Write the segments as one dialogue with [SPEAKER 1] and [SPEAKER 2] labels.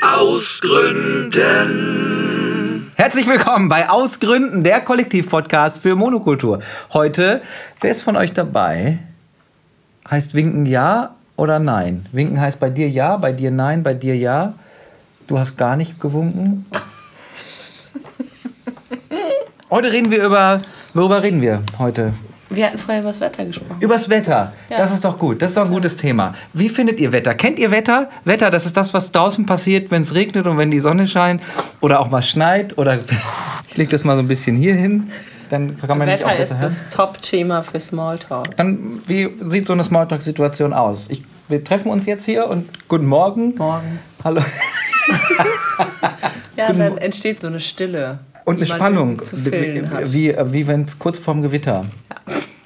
[SPEAKER 1] Aus Gründen.
[SPEAKER 2] Herzlich willkommen bei Ausgründen, der Kollektiv-Podcast für Monokultur. Heute, wer ist von euch dabei? Heißt Winken ja oder nein? Winken heißt bei dir ja, bei dir nein, bei dir ja. Du hast gar nicht gewunken. Heute reden wir über. Worüber reden wir heute?
[SPEAKER 3] Wir hatten vorher über das Wetter gesprochen.
[SPEAKER 2] Übers Wetter.
[SPEAKER 3] Ja.
[SPEAKER 2] Das ist doch gut. Das ist doch ein gutes Thema. Wie findet ihr Wetter? Kennt ihr Wetter? Wetter, das ist das, was draußen passiert, wenn es regnet und wenn die Sonne scheint oder auch mal schneit oder ich leg das mal so ein bisschen hier hin. Dann kann man nicht auch
[SPEAKER 3] Wetter
[SPEAKER 2] besser
[SPEAKER 3] ist
[SPEAKER 2] hören.
[SPEAKER 3] das Top-Thema für Smalltalk.
[SPEAKER 2] Dann, wie sieht so eine Smalltalk-Situation aus? Ich, wir treffen uns jetzt hier und guten Morgen.
[SPEAKER 3] Morgen.
[SPEAKER 2] Hallo.
[SPEAKER 3] Ja, dann entsteht so eine Stille.
[SPEAKER 2] Und
[SPEAKER 3] die
[SPEAKER 2] eine
[SPEAKER 3] man
[SPEAKER 2] Spannung.
[SPEAKER 3] zu
[SPEAKER 2] Wie,
[SPEAKER 3] füllen hat.
[SPEAKER 2] wie, wie wenn es kurz vorm Gewitter.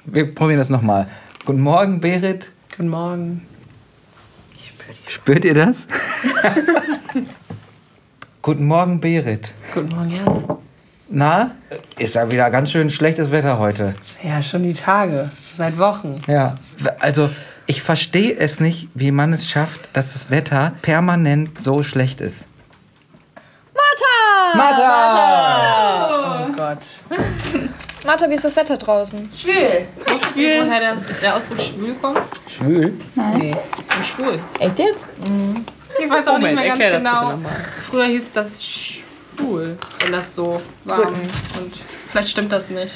[SPEAKER 2] Wir probieren das nochmal. Guten Morgen, Berit.
[SPEAKER 3] Guten Morgen.
[SPEAKER 2] Spürt ihr das? Guten Morgen, Berit.
[SPEAKER 3] Guten Morgen, ja.
[SPEAKER 2] Na, ist ja wieder ganz schön schlechtes Wetter heute.
[SPEAKER 3] Ja, schon die Tage. Seit Wochen.
[SPEAKER 2] Ja. Also, ich verstehe es nicht, wie man es schafft, dass das Wetter permanent so schlecht ist.
[SPEAKER 4] Martha!
[SPEAKER 2] Martha!
[SPEAKER 3] Oh Gott.
[SPEAKER 4] Martha, wie ist das Wetter draußen?
[SPEAKER 5] Versteht, woher das, der Ausdruck schwül kommt?
[SPEAKER 2] Schwül.
[SPEAKER 5] Und schwul.
[SPEAKER 4] Echt jetzt?
[SPEAKER 5] Ich weiß auch
[SPEAKER 3] Moment,
[SPEAKER 5] nicht mehr ganz
[SPEAKER 3] erklär das bitte
[SPEAKER 5] genau.
[SPEAKER 3] nochmal.
[SPEAKER 5] Früher hieß das schwul, wenn das so war. Und vielleicht stimmt das nicht.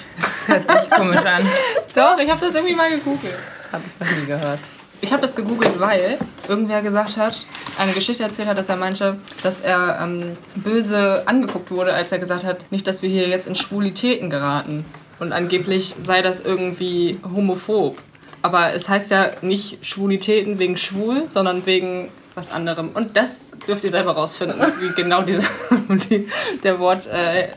[SPEAKER 6] Komisch an.
[SPEAKER 5] Doch, ich habe das irgendwie mal gegoogelt.
[SPEAKER 3] Das habe ich noch nie gehört.
[SPEAKER 5] Ich habe das gegoogelt, weil irgendwer gesagt hat, eine Geschichte erzählt hat, dass er meinte, dass er ähm, böse angeguckt wurde, als er gesagt hat, nicht, dass wir hier jetzt in Schwulitäten geraten. Und angeblich sei das irgendwie homophob. Aber es heißt ja nicht Schwulitäten wegen schwul, sondern wegen was anderem. Und das dürft ihr selber rausfinden, wie genau dieser, die, der Wort äh,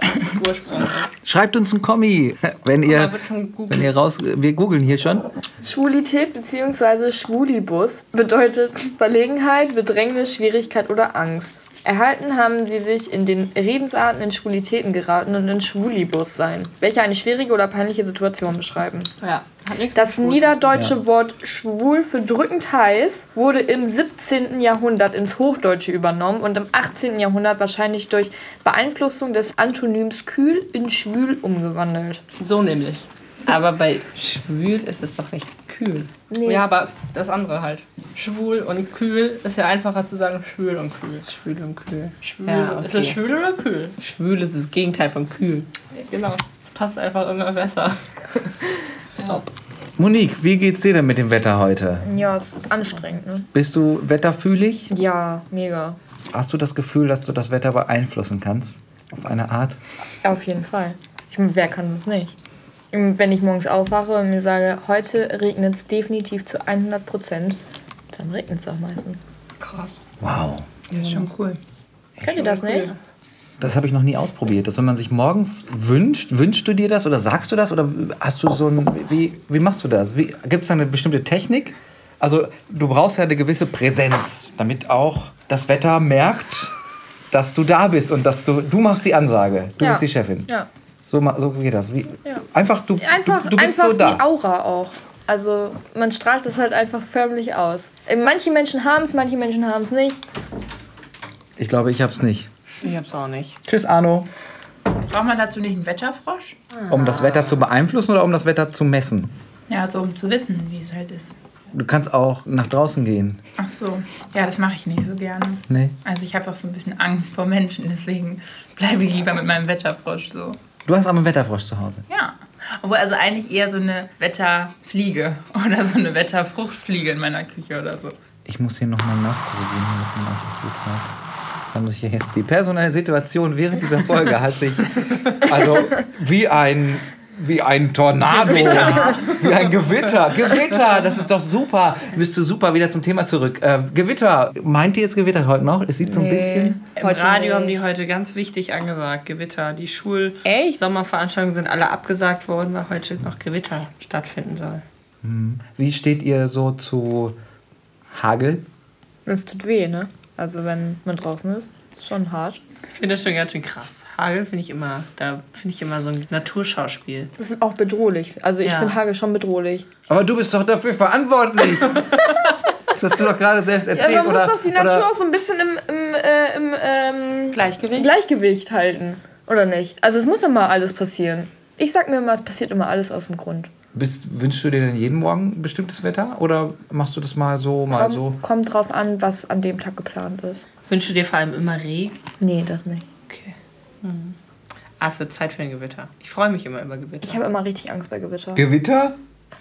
[SPEAKER 5] Ursprung ist.
[SPEAKER 2] Schreibt uns ein Kommi, wenn
[SPEAKER 5] Da
[SPEAKER 2] ihr,
[SPEAKER 5] wird schon
[SPEAKER 2] wenn
[SPEAKER 5] gegoogelt.
[SPEAKER 2] ihr raus. Wir googeln hier schon.
[SPEAKER 7] Schwulität bzw. Schwulibus bedeutet Verlegenheit, Bedrängnis, Schwierigkeit oder Angst. Erhalten haben sie sich in den Redensarten in Schwulitäten geraten und in Schwulibus sein, welche eine schwierige oder peinliche Situation beschreiben.
[SPEAKER 5] Ja, hat nichts
[SPEAKER 7] Das
[SPEAKER 5] mit schwul zu
[SPEAKER 7] niederdeutsche Wort schwul für drückend heiß wurde im 17. Jahrhundert ins Hochdeutsche übernommen und im 18. Jahrhundert wahrscheinlich durch Beeinflussung des Antonyms kühl in schwül umgewandelt.
[SPEAKER 5] tun. So nämlich.
[SPEAKER 3] Aber bei schwül ist es doch recht kühl.
[SPEAKER 7] Nee.
[SPEAKER 5] Ja, aber das andere halt. Schwul und kühl ist ja einfacher zu sagen schwül und kühl.
[SPEAKER 3] Schwül und kühl.
[SPEAKER 5] Schwül.
[SPEAKER 3] Ja, okay.
[SPEAKER 5] Ist es schwül oder kühl?
[SPEAKER 3] Schwül ist das Gegenteil von kühl.
[SPEAKER 5] Genau. Passt einfach immer besser.
[SPEAKER 2] Monique, wie geht's dir denn mit dem Wetter heute?
[SPEAKER 7] Ja, ist anstrengend, ne?
[SPEAKER 2] Bist du wetterfühlig?
[SPEAKER 7] Ja, mega.
[SPEAKER 2] Hast du das Gefühl, dass du das Wetter beeinflussen kannst? Auf eine Art?
[SPEAKER 7] Ja, Auf jeden Fall. Ich meine, wer kann das nicht? Und Wenn ich morgens aufwache und mir sage, heute regnet es definitiv zu 100 Prozent, dann regnet es auch meistens.
[SPEAKER 2] Wow.
[SPEAKER 6] Ja, schon cool.
[SPEAKER 7] Könnt ihr das nicht?
[SPEAKER 2] Das habe ich noch nie ausprobiert. Dass wenn man sich morgens wünscht, wünschst du dir das oder sagst du das oder hast du so ein wie wie machst du das? Gibt es da eine bestimmte Technik? Also du brauchst ja eine gewisse Präsenz, damit auch das Wetter merkt, dass du da bist und dass du du machst die Ansage, du
[SPEAKER 7] Ja.
[SPEAKER 2] bist die Chefin.
[SPEAKER 7] Ja.
[SPEAKER 2] So, ma- so geht das. Wie,
[SPEAKER 7] Ja.
[SPEAKER 2] Einfach du
[SPEAKER 7] Einfach,
[SPEAKER 2] du, du bist
[SPEAKER 7] einfach
[SPEAKER 2] so da.
[SPEAKER 7] die Aura auch. Also man strahlt das halt einfach förmlich aus. Äh, Manche Menschen haben es, manche Menschen haben es nicht.
[SPEAKER 2] Ich glaube, ich hab's nicht.
[SPEAKER 3] Ich hab's auch nicht.
[SPEAKER 2] Tschüss Arno.
[SPEAKER 6] Braucht man dazu nicht einen Wetterfrosch?
[SPEAKER 2] Um das Wetter zu beeinflussen oder um das Wetter zu messen?
[SPEAKER 6] Ja, so um zu wissen, wie es halt ist.
[SPEAKER 2] Du kannst auch nach draußen gehen.
[SPEAKER 6] Ach so. Ja, das mache ich nicht so gerne.
[SPEAKER 2] Nee.
[SPEAKER 6] Also ich habe auch so ein bisschen Angst vor Menschen, deswegen bleibe ich lieber mit meinem Wetterfrosch so.
[SPEAKER 2] Du hast aber einen Wetterfrosch zu Hause.
[SPEAKER 6] Ja. Obwohl also eigentlich eher so eine Wetterfliege oder so eine Wetterfruchtfliege in meiner Küche oder so.
[SPEAKER 2] Ich muss hier nochmal nachkorrigieren, hier ist ein Architekturplan. Das haben sich hier jetzt die personelle Situation während dieser Folge hat sich also wie ein wie ein Tornado, wie ein Gewitter. Gewitter, das ist doch super. Bist du super wieder zum Thema zurück. Äh, Gewitter, meint ihr jetzt Gewitter heute noch? Es sieht so ein bisschen.
[SPEAKER 3] Im
[SPEAKER 7] Ähm,
[SPEAKER 3] Radio haben die heute ganz wichtig angesagt, Gewitter. Die
[SPEAKER 7] Echt?
[SPEAKER 3] Schul-Sommerveranstaltungen sind alle abgesagt worden, weil heute noch Gewitter stattfinden soll.
[SPEAKER 2] Wie steht ihr so zu Hagel?
[SPEAKER 7] Es tut weh, ne? Also wenn man draußen ist, ist schon hart.
[SPEAKER 3] Ich finde das schon ganz schön krass. Hagel finde ich immer, da finde ich immer so ein Naturschauspiel.
[SPEAKER 7] Das ist auch bedrohlich. Also ich
[SPEAKER 3] Ja.
[SPEAKER 7] finde Hagel schon bedrohlich.
[SPEAKER 2] Aber du bist doch dafür verantwortlich. Das hast du doch gerade selbst
[SPEAKER 7] Ja,
[SPEAKER 2] erzählt.
[SPEAKER 7] man
[SPEAKER 2] oder,
[SPEAKER 7] muss doch die Natur auch so ein bisschen im, im, äh, im ähm,
[SPEAKER 6] Gleichgewicht.
[SPEAKER 7] Gleichgewicht halten. Oder nicht? Also es muss immer alles passieren. Ich sag mir immer, es passiert immer alles aus dem Grund.
[SPEAKER 2] Bist, wünschst du dir denn jeden Morgen ein bestimmtes Wetter? Oder machst du das mal so, mal
[SPEAKER 7] Komm,
[SPEAKER 2] so?
[SPEAKER 7] Kommt drauf an, was an dem Tag geplant ist.
[SPEAKER 3] Wünschst du dir vor allem immer Regen?
[SPEAKER 7] Nee, das nicht.
[SPEAKER 3] Okay. Hm. Ah, es wird Zeit für ein Gewitter. Ich freue mich immer über Gewitter.
[SPEAKER 7] Ich habe immer richtig Angst bei Gewitter.
[SPEAKER 2] Gewitter?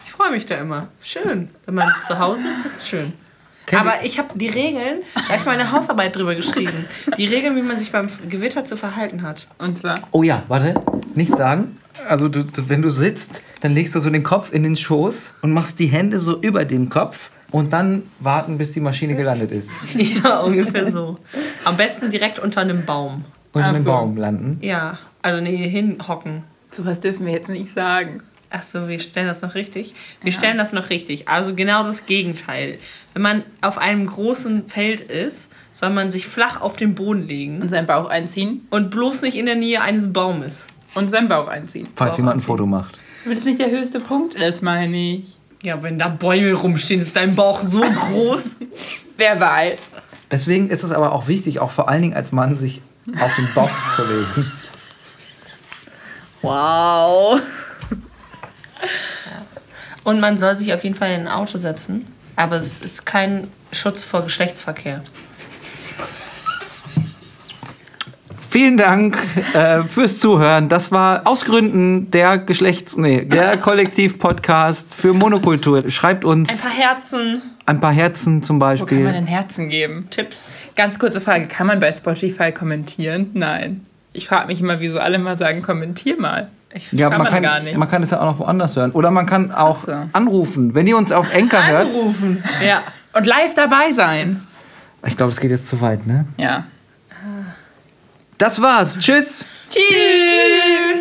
[SPEAKER 3] Ich freue mich da immer. Ist Schön. Wenn man zu Hause ist, ist es schön. Aber ich habe die Regeln, da habe ich meine Hausarbeit drüber geschrieben. Die Regeln, wie man sich beim Gewitter zu verhalten hat.
[SPEAKER 6] Und zwar.
[SPEAKER 2] Oh ja, warte. Nicht sagen. Also du, du, wenn du sitzt, dann legst du so den Kopf in den Schoß und machst die Hände so über dem Kopf und dann warten, bis die Maschine gelandet ist.
[SPEAKER 3] Ja, ungefähr so. Am besten direkt unter einem Baum.
[SPEAKER 2] Und in
[SPEAKER 6] Ach
[SPEAKER 2] den
[SPEAKER 6] so.
[SPEAKER 2] Baum landen.
[SPEAKER 3] Ja, also nee, hinhocken.
[SPEAKER 6] Sowas dürfen wir jetzt nicht sagen.
[SPEAKER 3] Ach so, wir stellen das noch richtig. Wir stellen das noch richtig. Also genau das Gegenteil. Wenn man auf einem großen Feld ist, soll man sich flach auf den Boden legen
[SPEAKER 6] Und seinen Bauch einziehen.
[SPEAKER 3] und bloß nicht in der Nähe eines Baumes.
[SPEAKER 6] Und seinen Bauch einziehen.
[SPEAKER 2] Falls jemand ein Foto macht.
[SPEAKER 6] Wenn das nicht der höchste Punkt ist, meine ich.
[SPEAKER 3] Ja, wenn da Bäume rumstehen, ist dein Bauch so groß.
[SPEAKER 6] Wer weiß.
[SPEAKER 2] Deswegen ist es aber auch wichtig, auch vor allen Dingen als Mann, sich auf den Bauch zu legen.
[SPEAKER 7] Wow.
[SPEAKER 3] Und man soll sich auf jeden Fall in ein Auto setzen. Aber es ist kein Schutz vor Geschlechtsverkehr.
[SPEAKER 2] Vielen Dank äh, fürs Zuhören. Das war aus Gründen der Geschlechts-, nee, der Kollektiv-Podcast für Monokultur. Schreibt
[SPEAKER 3] Ein
[SPEAKER 2] uns
[SPEAKER 3] paar Herzen,
[SPEAKER 2] ein paar Herzen zum
[SPEAKER 6] Wo kann man
[SPEAKER 2] Beispiel.
[SPEAKER 6] denn Herzen geben?
[SPEAKER 3] Tipps.
[SPEAKER 6] Ganz kurze Frage, kann man bei Spotify kommentieren? Nein. Ich frage mich immer, wieso alle mal sagen, kommentier mal. Ich
[SPEAKER 2] Ja,
[SPEAKER 6] kann
[SPEAKER 2] man
[SPEAKER 6] man
[SPEAKER 2] kann,
[SPEAKER 6] gar nicht.
[SPEAKER 2] man kann es ja auch noch woanders hören. Oder man kann auch
[SPEAKER 6] Ach so.
[SPEAKER 2] anrufen. Wenn ihr uns auf Enker hört.
[SPEAKER 3] Rufen. Ja.
[SPEAKER 6] Und live dabei sein.
[SPEAKER 2] Ich glaube, es geht jetzt zu weit, ne?
[SPEAKER 6] Ja.
[SPEAKER 2] Das war's. Tschüss.
[SPEAKER 6] Tschüss.